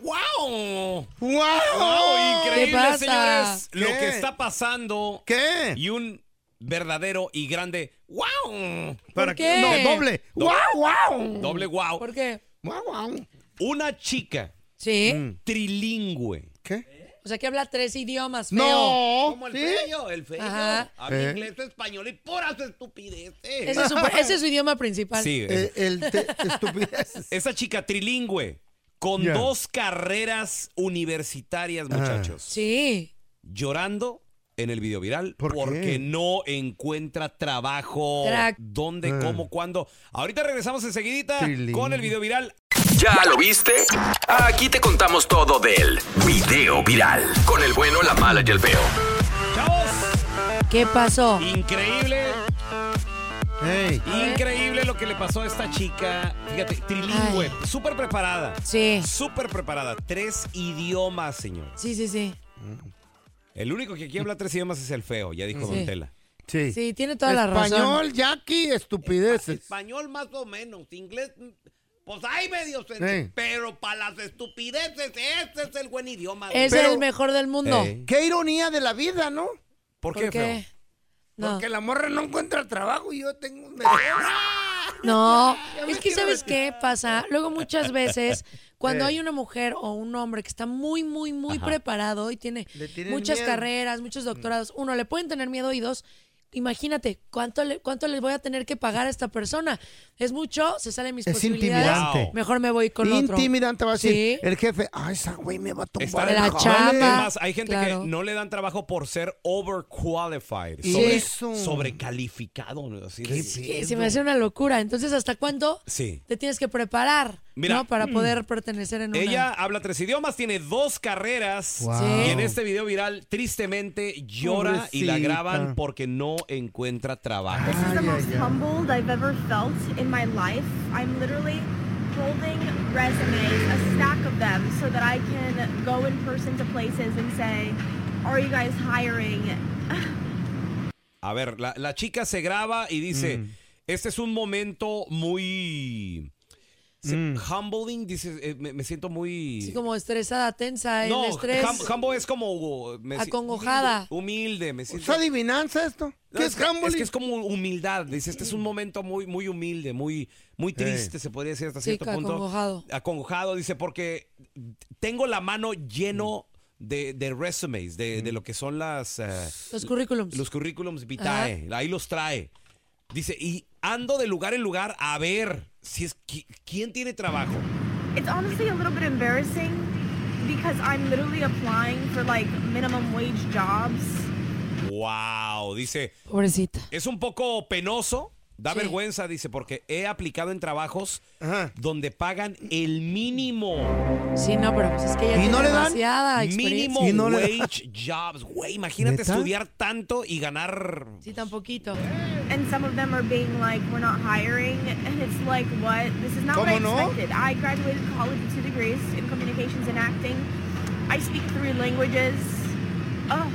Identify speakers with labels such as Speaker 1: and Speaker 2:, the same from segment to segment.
Speaker 1: ¡Wow!
Speaker 2: ¡Wow!
Speaker 1: Increíble,
Speaker 3: ¿Qué pasa?
Speaker 1: señores. Lo
Speaker 2: ¿Qué?
Speaker 1: que está pasando.
Speaker 2: ¿Qué?
Speaker 1: Y un verdadero y grande. ¡Wow!
Speaker 2: ¿Para
Speaker 3: qué?
Speaker 2: No, doble.
Speaker 1: Doble.
Speaker 2: ¡Wow, wow!
Speaker 1: Doble wow.
Speaker 3: ¿Por qué?
Speaker 2: ¡Wow, wow!
Speaker 1: Una chica
Speaker 3: Sí.
Speaker 1: trilingüe.
Speaker 2: Mm. ¿Qué?
Speaker 3: O sea que habla tres idiomas, feo.
Speaker 2: ¡No!
Speaker 1: Como el
Speaker 2: ¿Sí?
Speaker 1: feo, el feo.
Speaker 3: Ajá.
Speaker 1: Habla
Speaker 2: ¿Eh?
Speaker 1: inglés, español y puras estupideces.
Speaker 3: Ese es, su, ese es su idioma principal.
Speaker 1: Sí,
Speaker 2: Eh, el te- estupidez.
Speaker 1: esa chica trilingüe con
Speaker 2: Ya.
Speaker 1: dos carreras universitarias, muchachos.
Speaker 3: Sí.
Speaker 1: llorando en el video viral
Speaker 2: ¿Por qué?
Speaker 1: porque no encuentra trabajo.
Speaker 3: Tra-
Speaker 1: ¿Dónde,
Speaker 2: Ah.
Speaker 1: cómo, cuándo? Ahorita regresamos enseguidita
Speaker 2: Trilín.
Speaker 1: con el video viral.
Speaker 4: ¿Ya lo viste? Aquí te contamos todo del video viral. Con el bueno, la mala y el feo.
Speaker 1: Chavos,
Speaker 3: ¿Qué pasó?
Speaker 1: increíble,
Speaker 2: Ey,
Speaker 1: increíble lo que le pasó a esta chica. Fíjate, trilingüe, súper preparada.
Speaker 3: Sí.
Speaker 1: Súper preparada. Tres idiomas, señor.
Speaker 3: Sí, sí, sí.
Speaker 1: El único que aquí habla tres idiomas es el feo, ya dijo Don
Speaker 3: Sí.
Speaker 1: Tela.
Speaker 2: sí.
Speaker 3: Sí, tiene toda la razón.
Speaker 2: Español, Jackie, estupideces.
Speaker 1: Español más o menos, inglés, pues hay medio
Speaker 2: entiende, Sí.
Speaker 1: pero para las estupideces, este es el buen idioma.
Speaker 3: Es
Speaker 2: Pero-
Speaker 3: el mejor del mundo.
Speaker 1: Ey.
Speaker 2: Qué ironía de la vida, ¿no?
Speaker 1: ¿Por
Speaker 3: ¿Por qué? No. Ah,
Speaker 2: Porque la morra no encuentra trabajo y yo tengo un...
Speaker 3: No, es que sabes qué pasa. Luego muchas veces cuando hay una mujer o un hombre que está muy, muy, muy preparado y tiene
Speaker 2: Le tienen
Speaker 3: muchas
Speaker 2: miedo. Mm.
Speaker 3: carreras, muchos doctorados, uno, le pueden tener miedo y dos, imagínate cuánto le, cuánto les voy a tener que pagar a esta persona. Es mucho, se salen mis
Speaker 2: Es
Speaker 3: posibilidades.
Speaker 2: intimidante.
Speaker 3: Mejor me voy con otro.
Speaker 2: Intimidante va a decir
Speaker 3: Sí.
Speaker 2: el jefe, ah, esa güey me va a
Speaker 1: Está
Speaker 2: tumbar
Speaker 1: de
Speaker 2: el
Speaker 3: la
Speaker 2: jale".
Speaker 1: Es
Speaker 3: chapa.
Speaker 1: más, hay gente
Speaker 3: Claro.
Speaker 1: que no le dan trabajo por ser overqualified,
Speaker 2: Y
Speaker 1: sobre-
Speaker 2: eso.
Speaker 1: sobrecalificado. ¿no? Así de-
Speaker 3: Sí, se me hace una locura. Entonces, ¿hasta cuándo
Speaker 1: Sí.
Speaker 3: te tienes que preparar
Speaker 1: Mira. mm,
Speaker 3: ¿no? para poder pertenecer en una...
Speaker 1: Ella habla tres idiomas, tiene dos carreras.
Speaker 2: Wow.
Speaker 1: Y
Speaker 3: Sí.
Speaker 1: en este video viral, tristemente, llora y la
Speaker 2: Pobrecita.
Speaker 1: graban porque no encuentra trabajo.
Speaker 5: This is the
Speaker 2: Ay,
Speaker 5: most
Speaker 2: ay, ay.
Speaker 5: humbled I've ever felt in my life. I'm literally holding resumes, a stack of them, so that I can go in person to places and say, are you guys hiring?
Speaker 1: A ver, la, la chica se graba y dice, este es un momento muy... se- Humbling, dice, eh, me, me siento muy...
Speaker 3: Así como estresada, tensa,
Speaker 1: no,
Speaker 3: el estrés...
Speaker 1: hum- humble es como... uh, me si-
Speaker 3: Acongojada.
Speaker 1: Humilde, me siento...
Speaker 2: ¿Es adivinanza esto?
Speaker 1: No,
Speaker 2: ¿Qué
Speaker 1: es,
Speaker 2: es
Speaker 1: que-
Speaker 2: Humble?
Speaker 1: es que es como humildad. Dice, este es un momento muy, muy humilde, muy, muy triste, se podría decir hasta
Speaker 3: Sí,
Speaker 1: cierto punto.
Speaker 3: acongojado.
Speaker 1: Acongojado, dice, porque tengo la mano lleno de, de resumes, de, de lo que son las... eh,
Speaker 3: Los currículums.
Speaker 1: los currículums vitae, ahí los trae. Dice, y ando de lugar en lugar a ver si es qui- quién tiene trabajo.
Speaker 5: It's honestly a little bit embarrassing because I'm literally applying for like minimum wage jobs.
Speaker 1: Wow, dice,
Speaker 3: Pobrecita.
Speaker 1: es un poco penoso Da vergüenza, dice, porque he aplicado en trabajos donde pagan el mínimo.
Speaker 3: Sí, no, pero pues es que ya tiene demasiada experiencia.
Speaker 1: Mínimo wage jobs. Güey, imagínate
Speaker 3: ¿Neta?
Speaker 1: estudiar tanto y ganar.
Speaker 5: Sí, tampoquito. And some of them are being like, we're not hiring, and it's like, what? This is not what
Speaker 1: ¿Cómo
Speaker 5: I
Speaker 1: no?
Speaker 5: expected. I graduated college with two degrees in communications and acting. I speak three languages. Oh,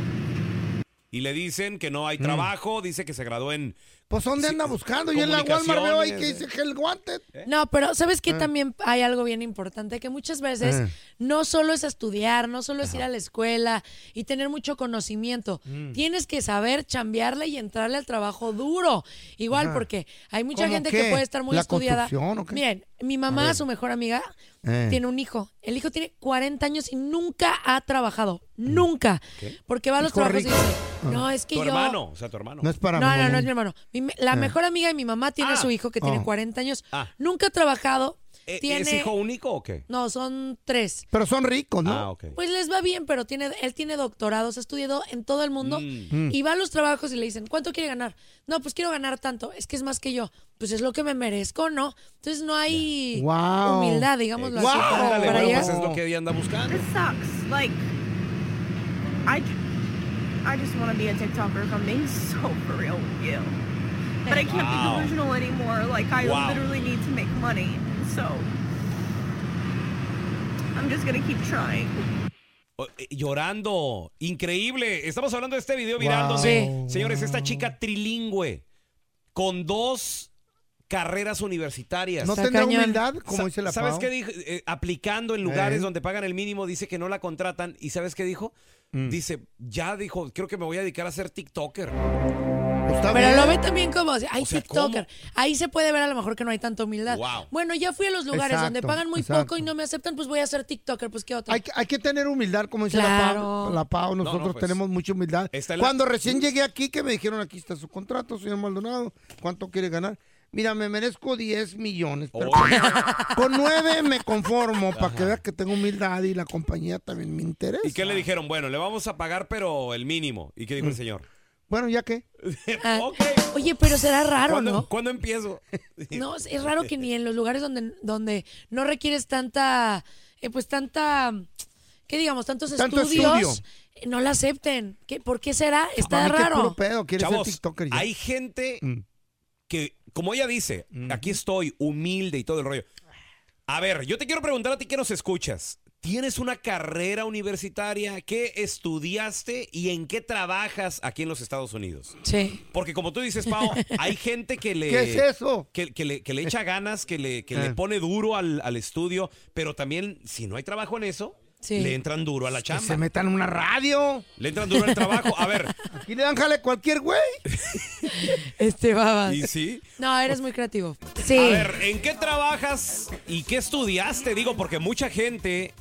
Speaker 1: Y le dicen que no hay trabajo, dice que se graduó en.
Speaker 2: Pues ¿dónde anda buscando? Yo en la Walmart veo ahí que dice
Speaker 1: Comunicaciones, ¿eh?
Speaker 2: que el guante.
Speaker 3: No, pero ¿sabes qué?
Speaker 2: Ah.
Speaker 3: También hay algo bien importante, que muchas veces
Speaker 2: Ah.
Speaker 3: no solo es estudiar, no solo es ir a la escuela y tener mucho conocimiento.
Speaker 6: Mm.
Speaker 3: Tienes que saber chambearle y entrarle al trabajo duro. Igual,
Speaker 6: Ajá.
Speaker 3: porque hay mucha
Speaker 6: ¿Cómo
Speaker 3: gente
Speaker 6: qué?
Speaker 3: que puede estar muy
Speaker 6: ¿La
Speaker 3: estudiada.
Speaker 6: construcción o qué?
Speaker 3: Miren, mi
Speaker 6: A
Speaker 3: mamá,
Speaker 6: ver.
Speaker 3: su mejor amiga,
Speaker 6: Eh.
Speaker 3: tiene un hijo. El hijo tiene 40 años y nunca ha trabajado.
Speaker 6: Mm.
Speaker 3: Nunca. Porque va a los
Speaker 1: Hijo
Speaker 3: trabajos y
Speaker 1: rico.
Speaker 3: dice, no, es que
Speaker 1: Ah. tu
Speaker 3: yo...
Speaker 1: hermano, o sea, tu hermano.
Speaker 3: No, no, no es mi hermano. Mi me- la
Speaker 1: Ah.
Speaker 3: mejor amiga de mi mamá tiene
Speaker 1: Ah.
Speaker 3: su hijo que tiene
Speaker 1: Oh.
Speaker 3: 40 años.
Speaker 1: Ah.
Speaker 3: Nunca ha trabajado.
Speaker 1: ¿E-
Speaker 3: tiene,
Speaker 1: ¿Es hijo único o qué?
Speaker 3: No, son tres.
Speaker 2: Pero son ricos,
Speaker 1: ¿no? Ah, ok.
Speaker 3: Pues les va bien, pero tiene, él tiene doctorados, ha estudiado en todo el mundo
Speaker 1: Mm.
Speaker 3: y va a los trabajos y le dicen, ¿cuánto quiere ganar? No, pues quiero ganar tanto, es que es más que yo. Pues es lo que me merezco, ¿no? Entonces no hay
Speaker 1: Wow.
Speaker 3: humildad, digámoslo así.
Speaker 1: Exacto.
Speaker 3: para-
Speaker 1: Ándale,
Speaker 3: para
Speaker 1: bueno,
Speaker 3: llegar.
Speaker 1: pues es lo que ella anda buscando.
Speaker 5: this sucks. Like, I, I just want to be a TikToker if I'm being so for real with you. But I can't
Speaker 1: Wow.
Speaker 5: be delusional anymore. Like, I
Speaker 1: Wow.
Speaker 5: literally need to make money. So, I'm just going to keep trying.
Speaker 1: O- eh, Llorando. Increíble. Estamos hablando de este video viral
Speaker 7: Wow.
Speaker 1: donde, señores, esta chica trilingüe con dos carreras universitarias.
Speaker 2: ¿No Está tendrá cañón. humildad, como
Speaker 1: Sa-
Speaker 2: dice la
Speaker 1: ¿Sabes
Speaker 2: Pau?
Speaker 1: qué dijo? Eh, aplicando en lugares
Speaker 2: Eh.
Speaker 1: donde pagan el mínimo, dice que no la contratan. ¿Y sabes qué dijo?
Speaker 2: Mm.
Speaker 1: Dice, ya dijo, creo que me voy a dedicar a ser TikToker.
Speaker 3: Pero lo ve también como, hay TikToker.
Speaker 1: ¿cómo?
Speaker 3: Ahí se puede ver a lo mejor que no hay tanta humildad.
Speaker 1: Wow.
Speaker 3: Bueno, ya fui a los lugares donde
Speaker 2: Exacto,
Speaker 3: pagan muy
Speaker 2: exacto.
Speaker 3: poco y no me aceptan, pues voy a ser TikToker, pues qué otra.
Speaker 2: Hay, que- hay que tener humildad, como dice la
Speaker 3: Claro.
Speaker 2: Pau. La Pau, nosotros
Speaker 1: No, no, pues.
Speaker 2: tenemos mucha humildad.
Speaker 1: Está la-
Speaker 2: Cuando recién llegué aquí, que me dijeron, aquí está su contrato, señor Maldonado, ¿cuánto quiere ganar? Mira, me merezco 10 millones, pero
Speaker 1: Oh.
Speaker 2: con 9 me conformo para que veas que tengo humildad y la compañía también me interesa.
Speaker 1: ¿Y qué le dijeron? Bueno, le vamos a pagar, pero el mínimo. ¿Y qué
Speaker 2: Mm.
Speaker 1: dijo el señor?
Speaker 2: Bueno, ¿ya qué?
Speaker 3: Ah, Oye, pero será raro,
Speaker 1: ¿Cuándo,
Speaker 3: ¿no?
Speaker 1: ¿Cuándo empiezo?
Speaker 3: No, es- es raro que ni en los lugares donde, donde no requieres tanta, eh, pues tanta, ¿qué digamos? Tantos
Speaker 2: Tanto
Speaker 3: estudios,
Speaker 2: estudio.
Speaker 3: eh, no la acepten. ¿Qué, ¿Por qué será? Está
Speaker 2: Mami, qué
Speaker 3: raro.
Speaker 2: puro pedo, quiere ser
Speaker 1: Chavos,
Speaker 2: TikToker ya. Mm.
Speaker 1: hay gente que, como ella dice, aquí estoy, humilde y todo el rollo. A ver, yo te quiero preguntar a ti que nos escuchas. ¿Tienes una carrera universitaria? ¿Qué estudiaste y en qué trabajas aquí en los Estados Unidos?
Speaker 3: Sí.
Speaker 1: Porque como tú dices, Pau, hay gente que le...
Speaker 2: ¿Qué es eso? Ah.
Speaker 1: Que, que le, que le echa ganas, que le, que le pone duro al, al estudio, pero también si no hay trabajo en eso,
Speaker 2: Sí.
Speaker 1: le entran duro a la
Speaker 2: Que
Speaker 1: chamba.
Speaker 2: se metan en una radio.
Speaker 1: Le entran duro al trabajo. A ver,
Speaker 2: Aquí le dan jale cualquier güey.
Speaker 3: Este
Speaker 2: Ah.
Speaker 3: babas.
Speaker 1: ¿y sí?
Speaker 3: No, eres muy creativo. Sí.
Speaker 1: A ver, ¿en qué trabajas y qué estudiaste? Digo, porque mucha gente,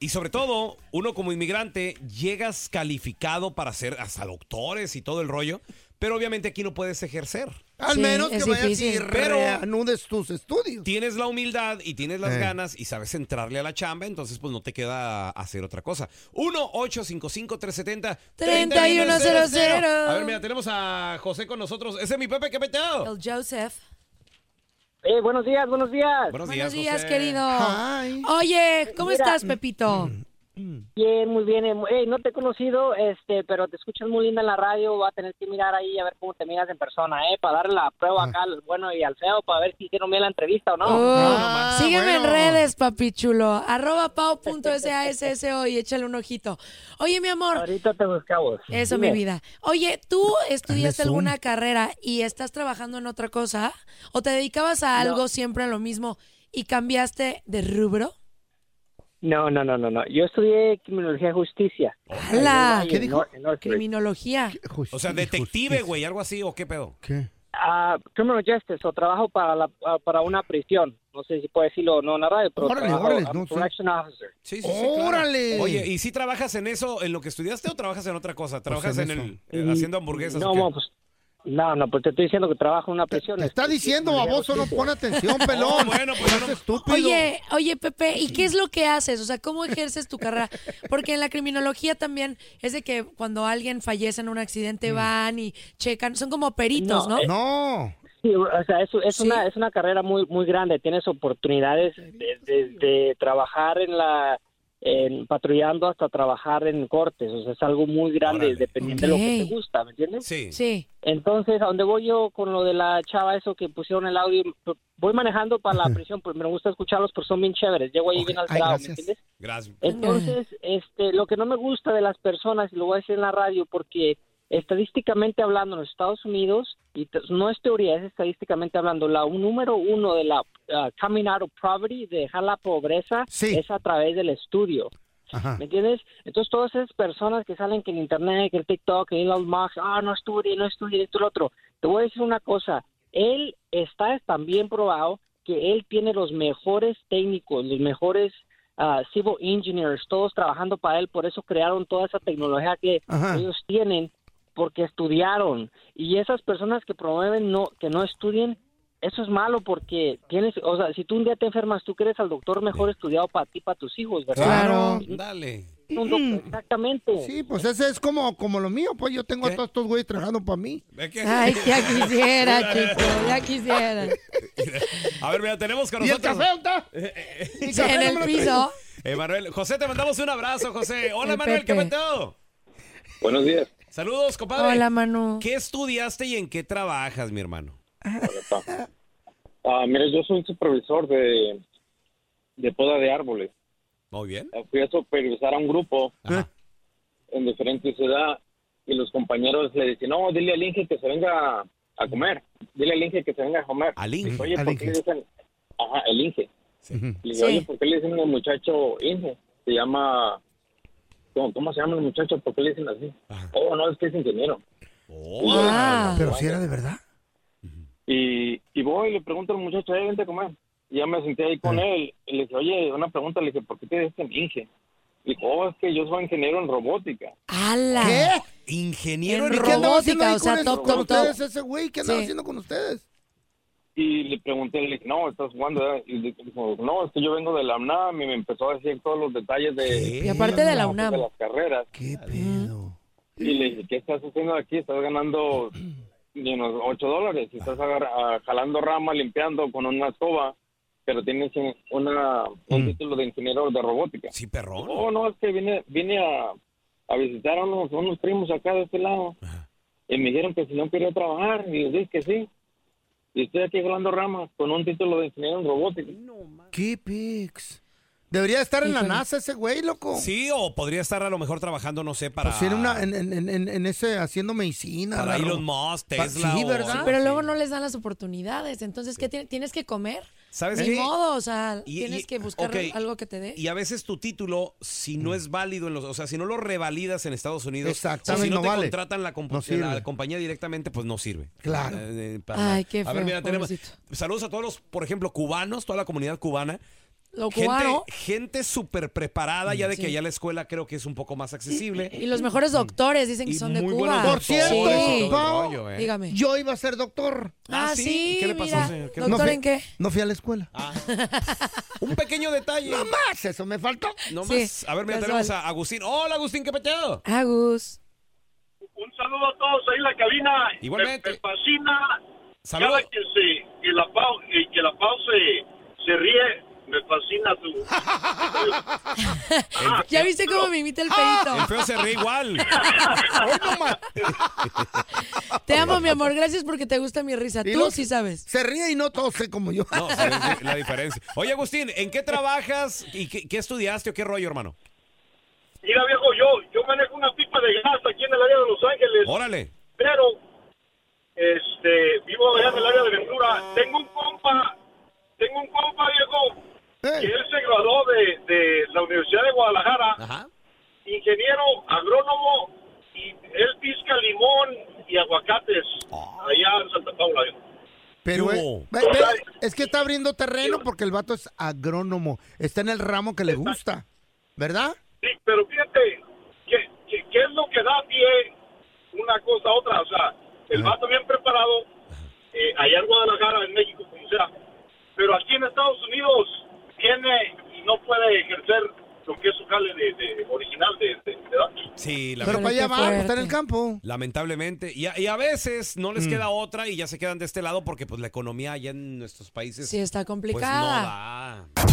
Speaker 1: y sobre todo uno como inmigrante, llegas calificado para ser hasta doctores y todo el rollo, pero obviamente aquí no puedes ejercer.
Speaker 2: Al menos que vayas y
Speaker 1: Pero
Speaker 2: reanudes tus estudios.
Speaker 1: tienes la humildad y tienes las
Speaker 2: Eh.
Speaker 1: ganas y sabes entrarle a la chamba, entonces pues no te queda hacer otra cosa. 1-855-370-3100.
Speaker 3: 3100.
Speaker 1: A ver, mira, tenemos a José con nosotros. Ese es mi Pepe, ¿qué peteo?
Speaker 3: El Joseph.
Speaker 8: Eh, buenos días, buenos días.
Speaker 1: Buenos días,
Speaker 3: Buenos días,
Speaker 1: José.
Speaker 3: querido. Oye, ¿cómo
Speaker 8: Mira.
Speaker 3: estás, Pepito?
Speaker 8: Bien, muy bien. em- Hey, no te he conocido, este, pero te escuchas muy linda en la radio. Voy a tener que mirar ahí a ver cómo te miras en persona, ¿eh? Para darle la prueba acá al bueno y al feo, para ver si hicieron bien la entrevista o no.
Speaker 3: Oh, sígueme en redes, papi chulo. Arroba pau.sasso y échale un ojito. Oye, mi amor.
Speaker 8: Ahorita te buscamos.
Speaker 3: Eso,
Speaker 8: Dime.
Speaker 3: mi vida. Oye, ¿tú estudiaste
Speaker 8: zoom.
Speaker 3: alguna carrera y estás trabajando en otra cosa? ¿O te dedicabas a algo siempre a lo mismo y cambiaste de rubro?
Speaker 8: No, no, no, no, no. Yo estudié Criminología y Justicia.
Speaker 3: ¡Hala!
Speaker 8: ¿Qué dijo?
Speaker 3: Criminología.
Speaker 1: O sea, detective, güey, algo así, o qué pedo.
Speaker 2: ¿Qué?
Speaker 8: Ah, criminal Justice, o trabajo para, la, ah, para una prisión. No sé si puedo decirlo o no en la radio, pero
Speaker 1: Órale,
Speaker 8: trabajo, ah, pues,
Speaker 1: órale,
Speaker 8: I'm
Speaker 1: no, sí.
Speaker 8: correction officer.
Speaker 1: Sí, sí, sí, claro. Oye, ¿y si trabajas en eso, en lo que estudiaste o trabajas en otra cosa? ¿Trabajas
Speaker 8: en
Speaker 1: en, el,
Speaker 8: eso.
Speaker 1: eh, haciendo hamburguesas?
Speaker 8: No,
Speaker 1: o qué?
Speaker 8: no, pues, no, no, pues te estoy diciendo que trabajo en una prisión.
Speaker 2: Está diciendo baboso, no pone atención, pelón.
Speaker 1: bueno, pues no.
Speaker 2: estúpido.
Speaker 3: Oye, oye, Pepe, ¿y qué es lo que haces? O sea, ¿cómo ejerces tu carrera? Porque en la criminología también es de que cuando alguien fallece en un accidente van y checan, son como peritos, ¿no?
Speaker 8: Mm. eh,
Speaker 2: No.
Speaker 8: Sí, sí, o sea, es, es
Speaker 3: Sí.
Speaker 8: una, es una carrera muy, muy grande. Tienes oportunidades de- desde trabajar en la en patrullando hasta trabajar en cortes. O sea, es algo muy grande, dependiendo de lo que
Speaker 3: Ok.
Speaker 8: te gusta, ¿me entiendes?
Speaker 1: Sí.
Speaker 3: Sí.
Speaker 8: Entonces, a donde voy yo con lo de la chava, eso que pusieron el audio, voy manejando para la prisión, pues me gusta escucharlos porque son bien chéveres. Llego ahí bien al
Speaker 1: Ay,
Speaker 8: ¿me
Speaker 1: gracias.
Speaker 8: entiendes?
Speaker 1: Gracias.
Speaker 8: Entonces, este, lo que no me gusta de las personas, y lo voy a decir en la radio, porque estadísticamente hablando en los Estados Unidos, y t- no es teoría, es estadísticamente hablando, la un- número uno de la ah, coming out of poverty, de dejar la pobreza, es a través del estudio. ¿Me entiendes? Entonces, todas esas personas que salen que en Internet, que en TikTok, que en Elon Musk, ah, no estudie, no estudie, esto, lo otro. Te voy a decir una cosa. Él está también probado que él tiene los mejores técnicos, los mejores ah, civil engineers, todos trabajando para él. Por eso crearon toda esa tecnología que ellos tienen porque estudiaron y esas personas que promueven no que no estudien eso es malo porque tienes o sea si tú un día te enfermas tú crees al doctor mejor estudiado para ti para tus hijos verdad
Speaker 2: Claro.
Speaker 1: Dale.
Speaker 3: mm.
Speaker 8: exactamente.
Speaker 2: Sí, pues ese es como, como lo mío, pues yo tengo a todos estos güeyes trabajando para mí.
Speaker 3: Ay, ya quisiera, chico, ya quisiera.
Speaker 1: A ver, mira, tenemos con
Speaker 2: ¿Y el
Speaker 1: nosotros.
Speaker 2: café dónde está?
Speaker 3: ¿Y café En no el me lo piso. traigo?
Speaker 1: Emanuel, José, te mandamos un abrazo, José. Hola,
Speaker 3: El
Speaker 1: Manuel, ¿qué
Speaker 3: Pepe.
Speaker 1: peteo?
Speaker 6: Buenos días.
Speaker 1: Saludos, compadre.
Speaker 3: Hola, Manu.
Speaker 1: ¿Qué estudiaste y en qué trabajas, mi hermano?
Speaker 6: Ah, mira, yo soy un supervisor de, de poda de árboles.
Speaker 1: Muy bien.
Speaker 6: Ah, Fui a supervisar a un grupo en diferentes ciudades y los compañeros le dicen, no, dile al Inge que se venga a comer. Dile al Inge que se venga a comer.
Speaker 1: Al
Speaker 6: Inge. Oye,
Speaker 7: Al
Speaker 6: ¿por
Speaker 7: Inge.
Speaker 6: qué le dicen? Ajá, el Inge. Le digo,
Speaker 7: Sí.
Speaker 6: oye, ¿por qué le dicen al muchacho Inge? Se llama... ¿Cómo, cómo se llama el muchacho? ¿Por qué le dicen así? Oh, no, es que es ingeniero.
Speaker 2: Oh, Pero si era de verdad.
Speaker 6: Y, y voy y le pregunto al muchacho, "Eh, vente a comer. Y ya me senté ahí
Speaker 2: Ah.
Speaker 6: con él. Y le dije, oye, una pregunta. Le dije, ¿por qué te dicen Inge? Y dijo, oh, es que yo soy ingeniero en robótica.
Speaker 3: ¡Hala!
Speaker 1: ¿Qué? Ingeniero
Speaker 6: En
Speaker 1: en
Speaker 6: ¿Qué andaba
Speaker 2: haciendo
Speaker 3: robótica,
Speaker 2: ahí con
Speaker 3: o sea,
Speaker 2: ese-
Speaker 3: top,
Speaker 2: con
Speaker 3: top, top.
Speaker 2: ustedes ese güey? ¿Qué andaba
Speaker 3: Sí.
Speaker 2: haciendo con ustedes?
Speaker 6: Y le pregunté, le dije, no, estás jugando. ¿verdad?". Y le dijo, no, es que yo vengo de la UNAM. Y me empezó a decir todos los detalles de...
Speaker 3: Y aparte de la UNAM.
Speaker 6: De las carreras. Y le dije, ¿qué estás haciendo aquí? Estás ganando ni unos 8 dólares. y Estás agar- ah, jalando rama, limpiando con una escoba, pero tienes un- una, un título de ingeniero de robótica.
Speaker 1: Mm. Sí, perrón.
Speaker 6: Oh, no, es que vine, vine a, a visitar a unos, unos primos acá de este lado. Y me dijeron que si no quería trabajar. Y les dije que sí. Y estoy aquí jalando ramas con un título de ingeniero en robótica.
Speaker 2: ¿Qué pics? Debería estar en la NASA ese güey,
Speaker 6: Oh.
Speaker 2: loco.
Speaker 1: Sí, o podría estar a lo mejor trabajando, no sé, para.
Speaker 2: Pues en, una, en, en- en- en- en ese haciendo medicina.
Speaker 1: Para
Speaker 2: la
Speaker 1: Elon
Speaker 2: ropa.
Speaker 1: Musk,
Speaker 2: Pa-
Speaker 1: Tesla.
Speaker 2: Sí,
Speaker 1: o-
Speaker 2: ¿verdad?
Speaker 3: Sí, pero luego no les dan las oportunidades. Entonces, ¿qué tienes? ¿Tienes que comer?
Speaker 1: ¿Sabes
Speaker 3: Ni
Speaker 1: qué?
Speaker 3: modo, o sea,
Speaker 1: Y-
Speaker 3: tienes
Speaker 1: y-
Speaker 3: que buscar
Speaker 1: ok.
Speaker 3: algo que te dé.
Speaker 1: Y a veces tu título, si
Speaker 2: Mm.
Speaker 1: no es válido en los, o sea, si no lo revalidas en Estados Unidos,
Speaker 2: Exactamente,
Speaker 1: o si no,
Speaker 2: no
Speaker 1: te
Speaker 2: vale.
Speaker 1: contratan la, compu-
Speaker 2: No sirve.
Speaker 1: la compañía directamente, pues no sirve.
Speaker 2: Claro.
Speaker 1: Eh, eh, para
Speaker 3: Ay,
Speaker 1: nada.
Speaker 3: qué
Speaker 1: A ver,
Speaker 3: feo,
Speaker 1: mira, tenemos
Speaker 3: pobrecito.
Speaker 1: saludos a todos los, por ejemplo, cubanos, toda la comunidad cubana.
Speaker 3: Lo
Speaker 1: Gente-
Speaker 3: cubano.
Speaker 1: Gente súper preparada, ya de
Speaker 3: Sí.
Speaker 1: que ya la escuela creo que es un poco más accesible.
Speaker 3: Y los mejores doctores dicen que
Speaker 1: Mm. Y
Speaker 3: son de
Speaker 1: muy
Speaker 3: Cuba.
Speaker 1: buenos Por cierto, doctores y todo el
Speaker 2: Pao,
Speaker 1: rollo, ¿eh?
Speaker 3: Dígame.
Speaker 2: Yo iba a ser doctor.
Speaker 3: Ah, Ah, ¿sí? sí. ¿Qué le pasó, Mira, señor? ¿Qué le
Speaker 2: No
Speaker 3: ¿doctor
Speaker 2: fui-
Speaker 3: en qué?
Speaker 2: No fui a la escuela.
Speaker 1: Ah. Un pequeño detalle.
Speaker 2: No más, eso me faltó.
Speaker 1: No más. A ver, mira, tenemos a Agustín. Hola, Agustín, qué peteado.
Speaker 3: Agus.
Speaker 9: Un saludo a todos ahí en la cabina.
Speaker 1: Igualmente.
Speaker 9: Me, me fascina
Speaker 1: Saludos.
Speaker 9: cada que, se, que la Pau, eh, que la Pau se, se ríe. Me fascina tu...
Speaker 3: Ah, ¿Ya viste cómo me imita el
Speaker 2: Ah,
Speaker 3: feito?
Speaker 1: El feo se ríe igual.
Speaker 3: Te amo, mi amor. Gracias porque te gusta mi risa.
Speaker 2: Y
Speaker 3: Tú
Speaker 2: no-
Speaker 3: sí sabes.
Speaker 2: Se ríe y no tose como yo.
Speaker 1: No, sí, sí, la diferencia. Oye, Agustín, ¿en qué trabajas y qué, qué estudiaste o qué rollo, hermano?
Speaker 9: Mira, viejo, yo, yo manejo una pipa de gas aquí en el área de Los Ángeles.
Speaker 1: Órale.
Speaker 9: Pero, este, vivo allá en el área de Ventura. Tengo un compa, tengo un compa, viejo, que él se graduó de, de la Universidad de Guadalajara. Ingeniero, agrónomo, y él pisca limón y aguacates
Speaker 1: Ah.
Speaker 9: allá en Santa Paula, viejo.
Speaker 2: Pero eh,
Speaker 9: hubo?
Speaker 2: ve- ve, es que está abriendo terreno porque el vato es agrónomo. Está en el ramo que le gusta. ¿Verdad?
Speaker 9: Sí, pero fíjate, ¿qué, qué, qué es lo que da pie una cosa a otra? O sea, el vato bien preparado, eh, allá en Guadalajara, en México, como sea, pero aquí en Estados Unidos viene y no puede ejercer lo que es su jale de, de- original de, de- de datos.
Speaker 1: Sí, la
Speaker 2: Pero para allá va, está en el campo.
Speaker 1: Lamentablemente. Y a, y a veces no les queda otra y ya se quedan de este lado porque pues la economía allá en nuestros países
Speaker 3: Sí, está
Speaker 1: pues
Speaker 3: complicada.
Speaker 1: no da.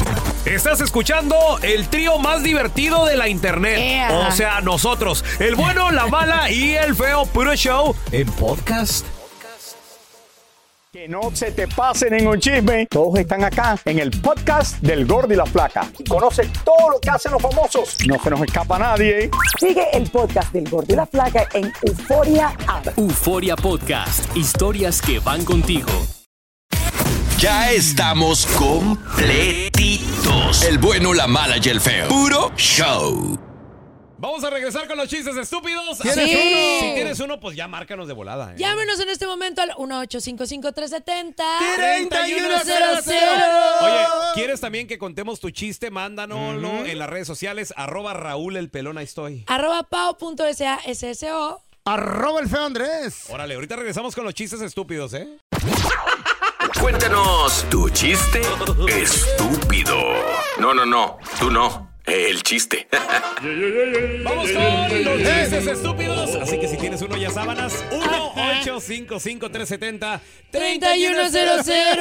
Speaker 1: Estás escuchando el trío más divertido de la internet.
Speaker 3: Ea.
Speaker 1: O sea, nosotros, el bueno, la mala y el feo puro show
Speaker 7: en podcast.
Speaker 10: Que no se te pase ningún chisme. Todos están acá en el podcast del Gordi y la Flaca. Y conoce todo lo que hacen los famosos. No se nos escapa
Speaker 1: ¿eh?
Speaker 10: nadie. Sigue el podcast del Gordi y la Flaca en Euforia
Speaker 11: Euforia Podcast, historias que van contigo. Ya estamos completitos. El bueno, la mala y el feo. Puro show.
Speaker 1: Vamos a regresar con los chistes estúpidos.
Speaker 3: ¿Tienes Sí. uno?
Speaker 1: Si tienes uno, pues ya márcanos de volada. ¿eh?
Speaker 3: Llámenos en este momento al 1855370
Speaker 1: Oye, ¿quieres también que contemos tu chiste? Mándanoslo en las redes sociales. Arroba Raúl el pelón, ahí estoy.
Speaker 3: Arroba pao.sasso.
Speaker 2: Arroba el feo Andrés.
Speaker 1: Órale, ahorita regresamos con los chistes estúpidos, ¿eh?
Speaker 4: Cuéntanos tu chiste estúpido. No, no, no. Tú no. El chiste.
Speaker 1: Vamos con los
Speaker 3: Eh.
Speaker 1: chistes estúpidos. Así que si tienes uno ya sábanas, 1-855-370-3100.
Speaker 3: 3100.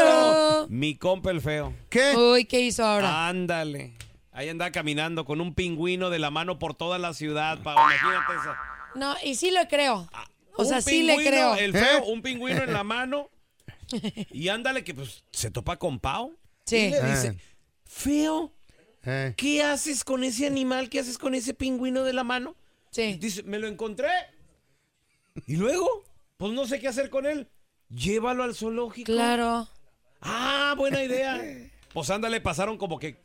Speaker 1: Mi compa el feo.
Speaker 2: ¿Qué?
Speaker 3: Uy, ¿qué hizo ahora?
Speaker 1: Ándale. Ahí anda caminando con un pingüino de la mano por toda la ciudad, Pao. Imagínate esa.
Speaker 3: No, y sí le creo.
Speaker 2: Ah.
Speaker 3: O
Speaker 1: Un
Speaker 3: sea, sí le
Speaker 1: pingüino,
Speaker 3: creo.
Speaker 1: El feo, un pingüino en la mano. Y ándale que pues se topa con Pau.
Speaker 3: Sí.
Speaker 1: Y le
Speaker 3: Ah.
Speaker 1: dice, feo, ¿qué haces con ese animal? ¿Qué haces con ese pingüino de la mano?
Speaker 3: Sí.
Speaker 1: Dice, me lo encontré. Y luego, pues no sé qué hacer con él. Llévalo al zoológico.
Speaker 3: Claro.
Speaker 1: Ah, buena idea. Pues ándale, pasaron como que,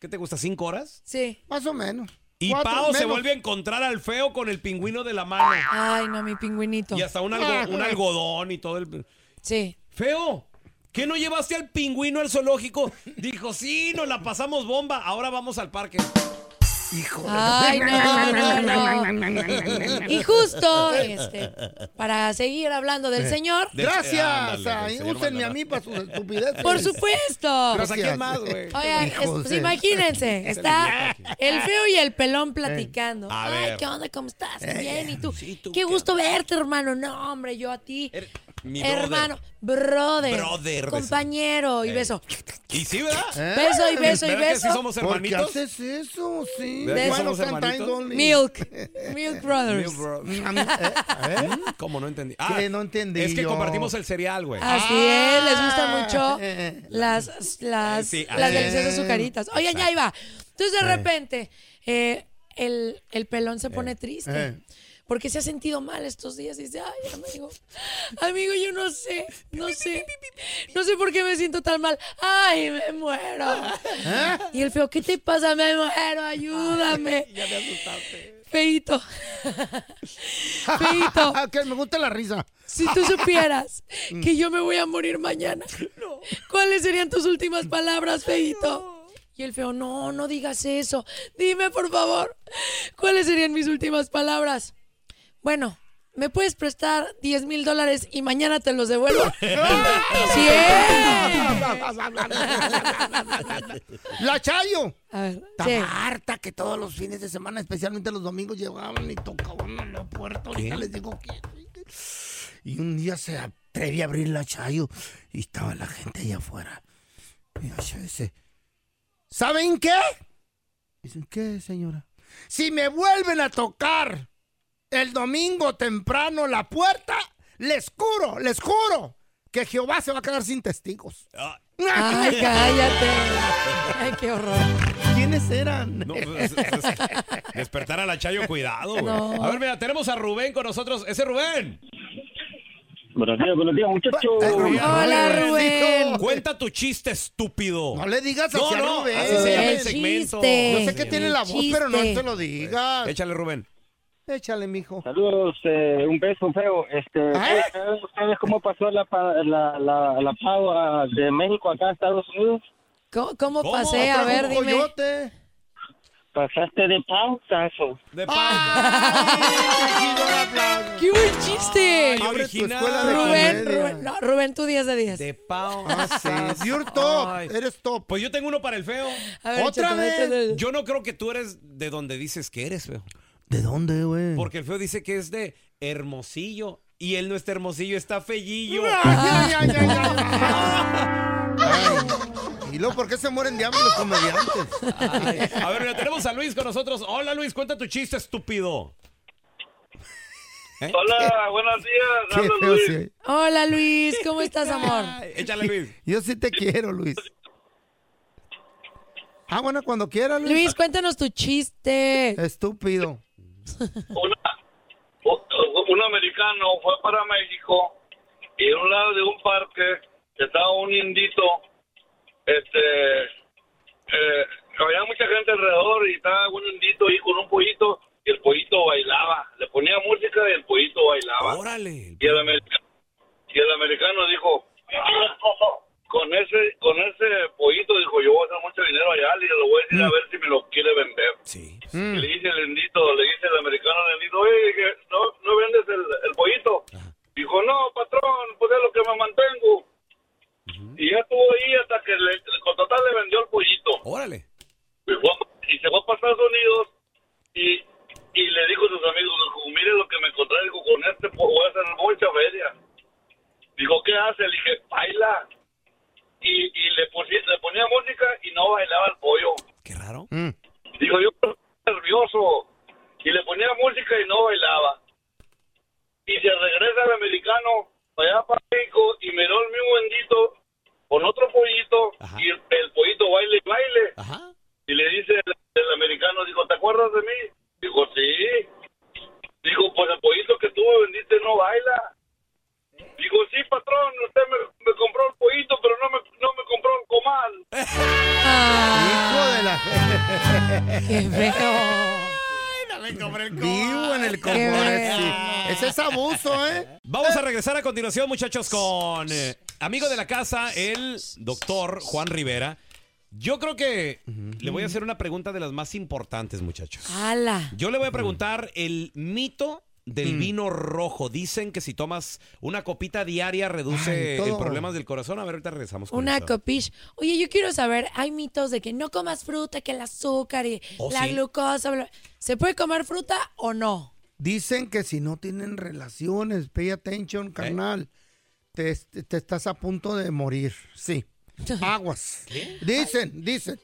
Speaker 1: ¿qué te gusta? ¿Cinco horas?
Speaker 3: Sí.
Speaker 2: Más o menos.
Speaker 1: Y
Speaker 3: Cuatro,
Speaker 1: Pao se
Speaker 3: menos.
Speaker 1: vuelve a encontrar al feo con el pingüino de la mano.
Speaker 3: Ay, no, mi pingüinito.
Speaker 1: Y hasta un, algo- un algodón y todo el...
Speaker 3: Sí.
Speaker 1: Feo, ¿qué no llevaste al pingüino al zoológico? Dijo, sí, nos la pasamos bomba, ahora vamos al parque. Hijo
Speaker 3: Ay, no, no, no. Y justo, este, para seguir hablando del señor.
Speaker 1: Del-
Speaker 2: Eh, Gracias.
Speaker 1: ándale,
Speaker 2: ay,
Speaker 1: del señor
Speaker 2: úsenme a
Speaker 1: Mandala.
Speaker 2: mí para sus estupideces.
Speaker 3: Por supuesto.
Speaker 2: Pero ¿a quién más, güey?
Speaker 3: Oigan,
Speaker 2: Hijo
Speaker 3: es- pues,
Speaker 2: de- Eh,
Speaker 3: imagínense, está el feo y el pelón platicando.
Speaker 1: A
Speaker 3: Ay,
Speaker 1: ver.
Speaker 3: ¿qué onda? ¿Cómo estás? Bien, ¿y tú? Qué gusto verte, hermano. No, hombre, yo a ti.
Speaker 1: Mi
Speaker 3: hermano, brother,
Speaker 1: Brother, beso.
Speaker 3: compañero y
Speaker 1: Eh.
Speaker 3: beso.
Speaker 1: ¿Y sí, verdad?
Speaker 3: Beso y beso y
Speaker 1: ¿Verdad que
Speaker 3: beso.
Speaker 1: sí somos
Speaker 2: Eh. ¿Por qué
Speaker 1: hermanitos?
Speaker 2: haces eso? Sí.
Speaker 1: ¿Verdad que
Speaker 2: Bueno,
Speaker 1: somos
Speaker 2: sometimes
Speaker 1: hermanitos?
Speaker 2: only.
Speaker 3: Milk. Milk Brothers.
Speaker 1: Milk Brothers.
Speaker 2: Mm, a mí- eh, a ver.
Speaker 1: Mm, ¿Cómo no entendí?
Speaker 2: Que no entendí
Speaker 1: Es que
Speaker 2: yo.
Speaker 1: compartimos el cereal, güey.
Speaker 3: Así
Speaker 2: Ah.
Speaker 3: es, les gusta mucho las, las,
Speaker 1: Sí,
Speaker 3: las
Speaker 1: así
Speaker 3: deliciosas
Speaker 1: es.
Speaker 3: azucaritas. Oigan, ya iba. Entonces de repente eh, el, el pelón se pone triste
Speaker 1: eh.
Speaker 3: porque se ha sentido mal estos días. Dice, ay, amigo, amigo, yo no sé, no sé, no sé por qué me siento tan mal. Ay, me muero.
Speaker 1: ¿Eh?
Speaker 3: Y el feo, ¿qué te pasa? Me muero, ayúdame.
Speaker 2: Ya me asustaste.
Speaker 3: Feito. Feito.
Speaker 2: que me gusta la risa.
Speaker 3: Si tú supieras
Speaker 12: Mm.
Speaker 3: que yo me voy a morir mañana, ¿cuáles serían tus últimas palabras, feito? Y el feo, no, no digas eso. Dime, por favor, ¿cuáles serían mis últimas palabras? Bueno, ¿me puedes prestar 10 mil dólares y mañana te los devuelvo? ¡Sí!
Speaker 2: La Chayo.
Speaker 3: A ver.
Speaker 2: Tan harta que todos los fines de semana, especialmente los domingos, llegaban y tocaban en la puerta. Ahorita les digo que. Y un día se atreví a abrir la Chayo y estaba la gente allá afuera. Y la Chayo dice, ¿saben qué? Dicen, ¿qué, señora? Si me vuelven a tocar el domingo temprano la puerta, les juro, les juro que Jehová se va a quedar sin testigos.
Speaker 3: Ay, Ah, cállate. Ay, qué horror.
Speaker 2: ¿Quiénes eran?
Speaker 1: Despertar a la Chayo, cuidado, güey.
Speaker 2: No.
Speaker 1: A ver, mira, tenemos a Rubén con nosotros. ¿Ese Rubén?
Speaker 12: Buenos días, buenos días, muchachos.
Speaker 1: Hola,
Speaker 3: Rubén.
Speaker 1: Cuenta tu chiste, estúpido.
Speaker 2: No le digas
Speaker 1: no,
Speaker 2: así a
Speaker 1: no,
Speaker 2: Rubén.
Speaker 1: así se llama el
Speaker 2: El
Speaker 1: segmento.
Speaker 2: chiste, Yo sé que el tiene la voz, pero no chiste. te lo digas.
Speaker 1: Échale, Rubén. Pues,
Speaker 2: Échale, mijo.
Speaker 12: Saludos, eh, un beso feo. Este, ¿saben ¿Ustedes cómo pasó la, pa- la, la, la pava de México acá a Estados Unidos?
Speaker 3: ¿Cómo, cómo pasé? A ver, dime.
Speaker 12: pasaste de pausazo.
Speaker 1: De
Speaker 3: ¡Qué buen chiste!
Speaker 12: Ah, abre tu escuela de
Speaker 3: Rubén,
Speaker 12: comedia. Ah,
Speaker 3: Rubén, no, Rubén, tú 10 de 10. De
Speaker 1: pao.
Speaker 2: Ah, eres top.
Speaker 1: Pues yo tengo uno para el feo.
Speaker 3: A ver,
Speaker 1: Otra
Speaker 3: échate,
Speaker 1: vez.
Speaker 3: échate.
Speaker 1: Yo no creo que tú eres de donde dices que eres, feo.
Speaker 2: ¿De dónde, güey?
Speaker 1: Porque el feo dice que es de Hermosillo. Y él no está hermosillo, está fellillo.
Speaker 2: ¿Y luego por qué se mueren de hambre los comediantes?
Speaker 1: A ver, mira, tenemos a Luis con nosotros. Hola Luis, cuenta tu chiste, estúpido.
Speaker 9: Hola, buenos días.
Speaker 2: Qué
Speaker 9: hablo
Speaker 2: feo
Speaker 9: Luis.
Speaker 2: se oye.
Speaker 3: Hola Luis, ¿cómo estás, amor?
Speaker 1: Pues, Échale, Luis.
Speaker 2: Yo sí te quiero, Luis. Ah, bueno, cuando quieras, Luis.
Speaker 3: Luis, cuéntanos tu chiste.
Speaker 2: Estúpido.
Speaker 9: un americano fue para México y en un lado de un parque estaba un indito, este, eh, había mucha gente alrededor y estaba un indito ahí con un pollito y el pollito bailaba, le ponía música y el pollito bailaba.
Speaker 1: Órale.
Speaker 9: Y el americano, y el americano dijo, con ese, con ese pollito dijo, yo voy a hacer mucho dinero allá y lo voy a decir a ver si me lo quiere vender. Y le dice el indito, le dice el americano al indito, oye, que no, no vendes el, el pollito. Dijo, no, patrón, pues es lo que me mantengo. Y ya estuvo ahí hasta que le, el contratar le vendió el pollito.
Speaker 1: Órale.
Speaker 9: Y, fue a- y se fue para Estados Unidos y, y le dijo a sus amigos, dijo, mire lo que me encontré, dijo, con este po- voy a hacer mucha feria. Dijo, ¿qué hace? Le dije, baila. Y, y le, pusi- le ponía música y no bailaba el pollo. Dijo, yo estaba nervioso. Y le ponía música y no bailaba. Y se regresa el americano para allá para México y miró el mismo bendito con otro pollito y el, el pollito baile y baile. Y le dice el, el americano, dijo, ¿te acuerdas de mí? Dijo, sí. Dijo, pues el pollito que tú me vendiste no baila. Dijo, sí, patrón, usted me, me compró el pollito, pero no me, no me compró el comal.
Speaker 2: Hijo de la...
Speaker 3: ¡Qué feo!
Speaker 2: Vivo en el comal, sí. Ese es abuso, ¿eh?
Speaker 1: Vamos a regresar a continuación, muchachos, con eh, amigo de la casa, el doctor Juan Rivera. Yo creo que le voy a hacer una pregunta de las más importantes, muchachos.
Speaker 3: ¡Hala!
Speaker 1: Yo le voy a preguntar el mito
Speaker 2: Mm.
Speaker 1: del vino rojo. Dicen que si tomas una copita diaria reduce
Speaker 3: Ay, todo.
Speaker 1: el problemas del corazón. A ver, ahorita regresamos con
Speaker 3: Una
Speaker 1: esto.
Speaker 3: copiche. Oye, yo quiero saber, hay mitos de que no comas fruta, que el azúcar y
Speaker 1: Oh,
Speaker 3: la
Speaker 1: sí.
Speaker 3: glucosa. bla- ¿Se puede comer fruta o no?
Speaker 2: Dicen que si no tienen relaciones, pay
Speaker 1: ¿Eh?
Speaker 2: attention, carnal, te, te- te estás a punto de morir. Sí. Aguas. Dicen, dicen.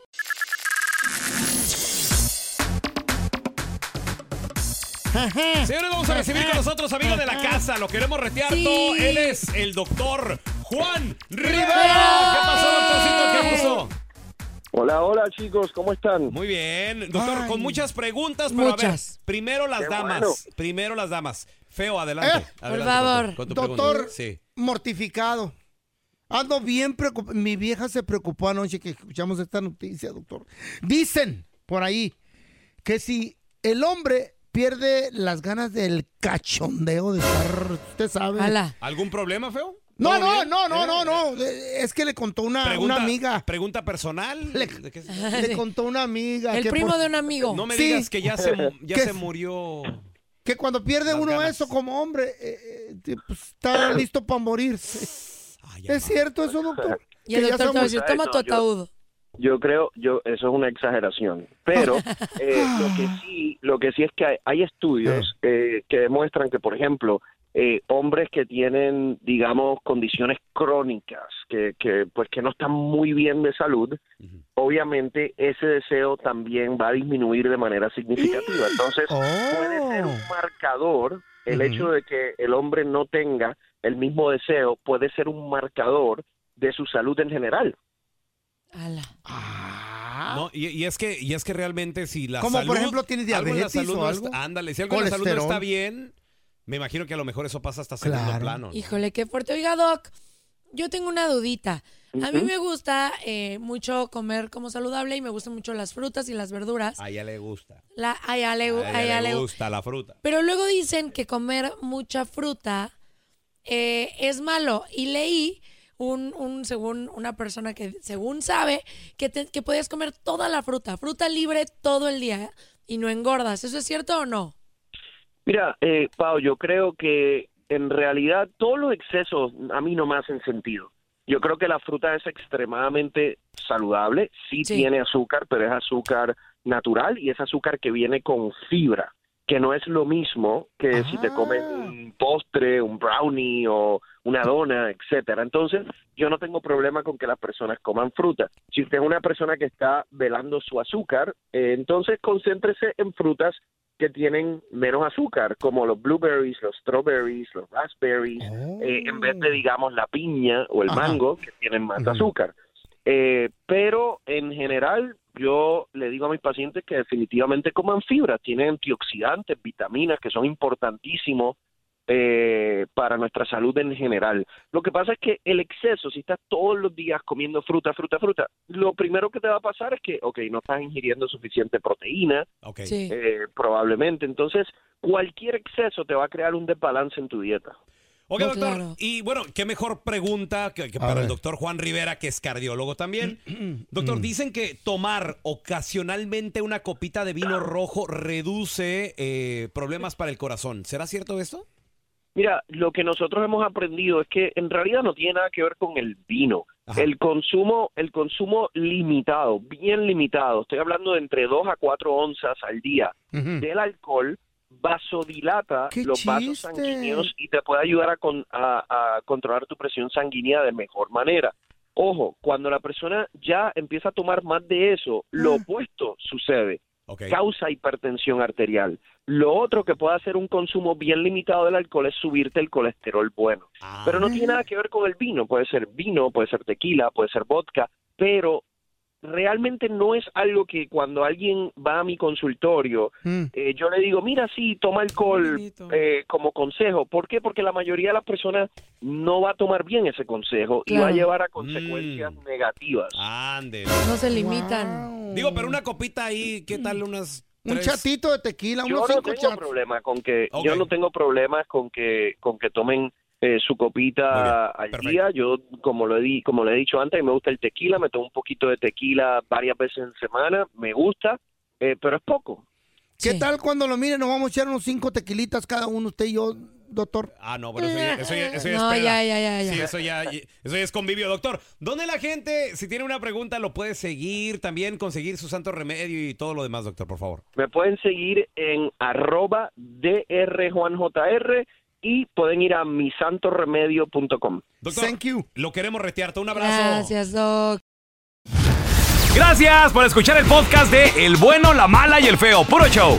Speaker 1: Señores, vamos a recibir con nosotros, amigos de la casa. Lo queremos retear todo. Él es el doctor Juan Rivera. ¿Qué pasó, doctorcito? ¿Qué gusto?
Speaker 7: Hola, hola chicos, ¿cómo están?
Speaker 1: ¡Eh! Muy bien, doctor,
Speaker 7: Ay.
Speaker 1: con muchas preguntas, pero a
Speaker 7: Muchas.
Speaker 1: ver, primero las
Speaker 7: Qué
Speaker 1: damas,
Speaker 7: bueno.
Speaker 1: primero las damas. Feo, adelante.
Speaker 2: Eh, por
Speaker 1: adelante,
Speaker 2: favor.
Speaker 1: con tu
Speaker 2: Doctor.
Speaker 1: pregunta. Sí.
Speaker 2: mortificado. Ando bien preocupado. Mi vieja se preocupó anoche que escuchamos esta noticia, doctor. Dicen por ahí que si el hombre pierde las ganas del cachondeo de estar, usted sabe.
Speaker 1: ¿Algún problema, Feo?
Speaker 2: No,
Speaker 1: ¿Todo
Speaker 2: no,
Speaker 1: bien?
Speaker 2: no, no,
Speaker 1: Eh,
Speaker 2: no, no. Eh, Es que le contó una,
Speaker 1: pregunta-
Speaker 2: una amiga.
Speaker 1: Pregunta personal. ¿De qué se-
Speaker 2: Le contó una amiga.
Speaker 3: El
Speaker 2: que
Speaker 3: primo
Speaker 2: por-
Speaker 3: de un amigo.
Speaker 1: No me
Speaker 2: Sí.
Speaker 1: digas que ya se, ya
Speaker 2: Que-
Speaker 1: se murió.
Speaker 2: Que cuando pierde uno eso como hombre, eh, eh, pues, está listo para morirse. ¿Es cierto eso, doctor?
Speaker 3: pues, Y el
Speaker 2: Que ya
Speaker 3: doctor te va a
Speaker 2: somos-
Speaker 3: decir, toma tu
Speaker 7: Yo-
Speaker 3: ataúd.
Speaker 7: Yo creo, yo eso es una exageración, pero eh, lo que sí, lo que sí es que hay, hay estudios eh, que demuestran que, por ejemplo, eh, hombres que tienen, digamos, condiciones crónicas, que, que pues que no están muy bien de salud, obviamente ese deseo también va a disminuir de manera significativa.
Speaker 3: ¡Eh!
Speaker 7: Entonces
Speaker 1: Oh.
Speaker 7: puede ser un marcador el
Speaker 13: Ujú.
Speaker 7: hecho de que el hombre no tenga el mismo deseo puede ser un marcador de su salud en general.
Speaker 1: Ah. No, y, y es que, y es que realmente si la
Speaker 2: Como, por
Speaker 1: salud...
Speaker 2: ejemplo, tiene
Speaker 1: algo en la
Speaker 2: diabetes
Speaker 1: salud
Speaker 2: o
Speaker 1: no
Speaker 2: algo.
Speaker 1: está- ándale, si algo en la salud no
Speaker 2: Colesterol.
Speaker 1: está bien, me imagino que a lo mejor eso pasa hasta segundo plano. ¿no?
Speaker 3: Híjole, qué fuerte. Oiga, Doc, yo tengo una dudita. A mí
Speaker 1: Ujú.
Speaker 3: me gusta eh, mucho comer como saludable y me gustan mucho las frutas y las verduras.
Speaker 1: A ella le gusta.
Speaker 3: La, ay, ale,
Speaker 1: A ella
Speaker 3: ay,
Speaker 1: le
Speaker 3: ale-
Speaker 1: gusta la fruta.
Speaker 3: Pero luego dicen que comer mucha fruta eh, es malo. Y leí un, un- según una persona que según sabe que, te- que podías comer toda la fruta, fruta libre todo el día y no engordas. ¿Eso es cierto o no?
Speaker 7: Mira, eh, Pau, yo creo que en realidad todos los excesos a mí no me hacen sentido. Yo creo que la fruta es extremadamente saludable, sí,
Speaker 13: Sí.
Speaker 7: tiene azúcar, pero es azúcar natural y es azúcar que viene con fibra, que no es lo mismo que si te comes un postre, un brownie o una dona, etcétera. Entonces, yo no tengo problema con que las personas coman fruta. Si usted es una persona que está velando su azúcar, eh, entonces concéntrese en frutas que tienen menos azúcar, como los blueberries, los strawberries, los raspberries, eh, en vez de, digamos, la piña o el
Speaker 13: Ajá.
Speaker 7: mango, que tienen más azúcar. Eh, pero en general, yo le digo a mis pacientes que definitivamente coman fibra, tienen antioxidantes, vitaminas que son importantísimos eh, para nuestra salud en general. Lo que pasa es que el exceso, si estás todos los días comiendo fruta, fruta, fruta, lo primero que te va a pasar es que, ok, no estás ingiriendo suficiente proteína,
Speaker 1: Sí.
Speaker 7: eh, probablemente. Entonces, cualquier exceso te va a crear un desbalance en tu dieta.
Speaker 1: Oiga, doctor, y bueno, qué mejor pregunta que, que para el doctor Juan Rivera, que es cardiólogo también. doctor,
Speaker 2: Mm.
Speaker 1: dicen que tomar ocasionalmente una copita de vino rojo reduce eh, problemas para el corazón. ¿Será cierto esto?
Speaker 7: Mira, lo que nosotros hemos aprendido es que en realidad no tiene nada que ver con el vino. El consumo, el consumo limitado, bien limitado, estoy hablando de entre 2 a 4 onzas al día del alcohol vasodilata
Speaker 13: ¡Qué
Speaker 7: los vasos
Speaker 13: chiste!
Speaker 7: sanguíneos y te puede ayudar a, con- a- a controlar tu presión sanguínea de mejor manera. Ojo, cuando la persona ya empieza a tomar más de eso,
Speaker 13: Ah.
Speaker 7: lo opuesto sucede causa hipertensión arterial. Lo otro que puede hacer un consumo bien limitado del alcohol es subirte el colesterol bueno.
Speaker 4: Ah.
Speaker 7: Pero no tiene nada que ver con el vino. Puede ser vino, puede ser tequila, puede ser vodka, pero realmente no es algo que cuando alguien va a mi consultorio, eh, yo le digo, mira, sí, toma alcohol eh, como consejo. ¿Por qué? Porque la mayoría de las personas no va a tomar bien ese consejo y va a
Speaker 1: Claro.
Speaker 7: llevar a consecuencias negativas.
Speaker 1: Ande.
Speaker 3: No se limitan.
Speaker 1: Digo, pero una copita ahí,
Speaker 2: Mm.
Speaker 1: ¿qué tal unas
Speaker 2: Un
Speaker 1: tres?
Speaker 2: chatito de tequila,
Speaker 7: yo
Speaker 2: unos
Speaker 7: no
Speaker 2: cinco
Speaker 7: tengo
Speaker 2: chats.
Speaker 7: problema con que yo no tengo problemas con que con que tomen eh, su copita al día yo como lo he di- como le he dicho antes me gusta el tequila me tomo un poquito de tequila varias veces en semana me gusta eh, pero es poco
Speaker 2: ¿Qué tal cuando lo miren? Nos vamos a echar unos cinco tequilitas cada uno, usted y yo, doctor.
Speaker 1: Ah, no, pero eso ya, eso ya- eso ya
Speaker 2: No,
Speaker 1: es peda.
Speaker 2: ya, ya, ya, ya.
Speaker 1: Sí, eso ya, ya- eso ya es convivio. Doctor, ¿dónde la gente, si tiene una pregunta, lo puede seguir, también conseguir su santo remedio y todo lo demás, doctor, por favor?
Speaker 7: me pueden seguir en arroba drjuanjr y pueden ir a misantoremedio.com
Speaker 1: Doctor, Lo queremos retearte. Un abrazo.
Speaker 3: Gracias, Doc.
Speaker 1: Gracias por escuchar el podcast de El bueno, la mala y el feo. Puro show.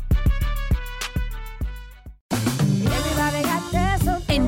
Speaker 14: En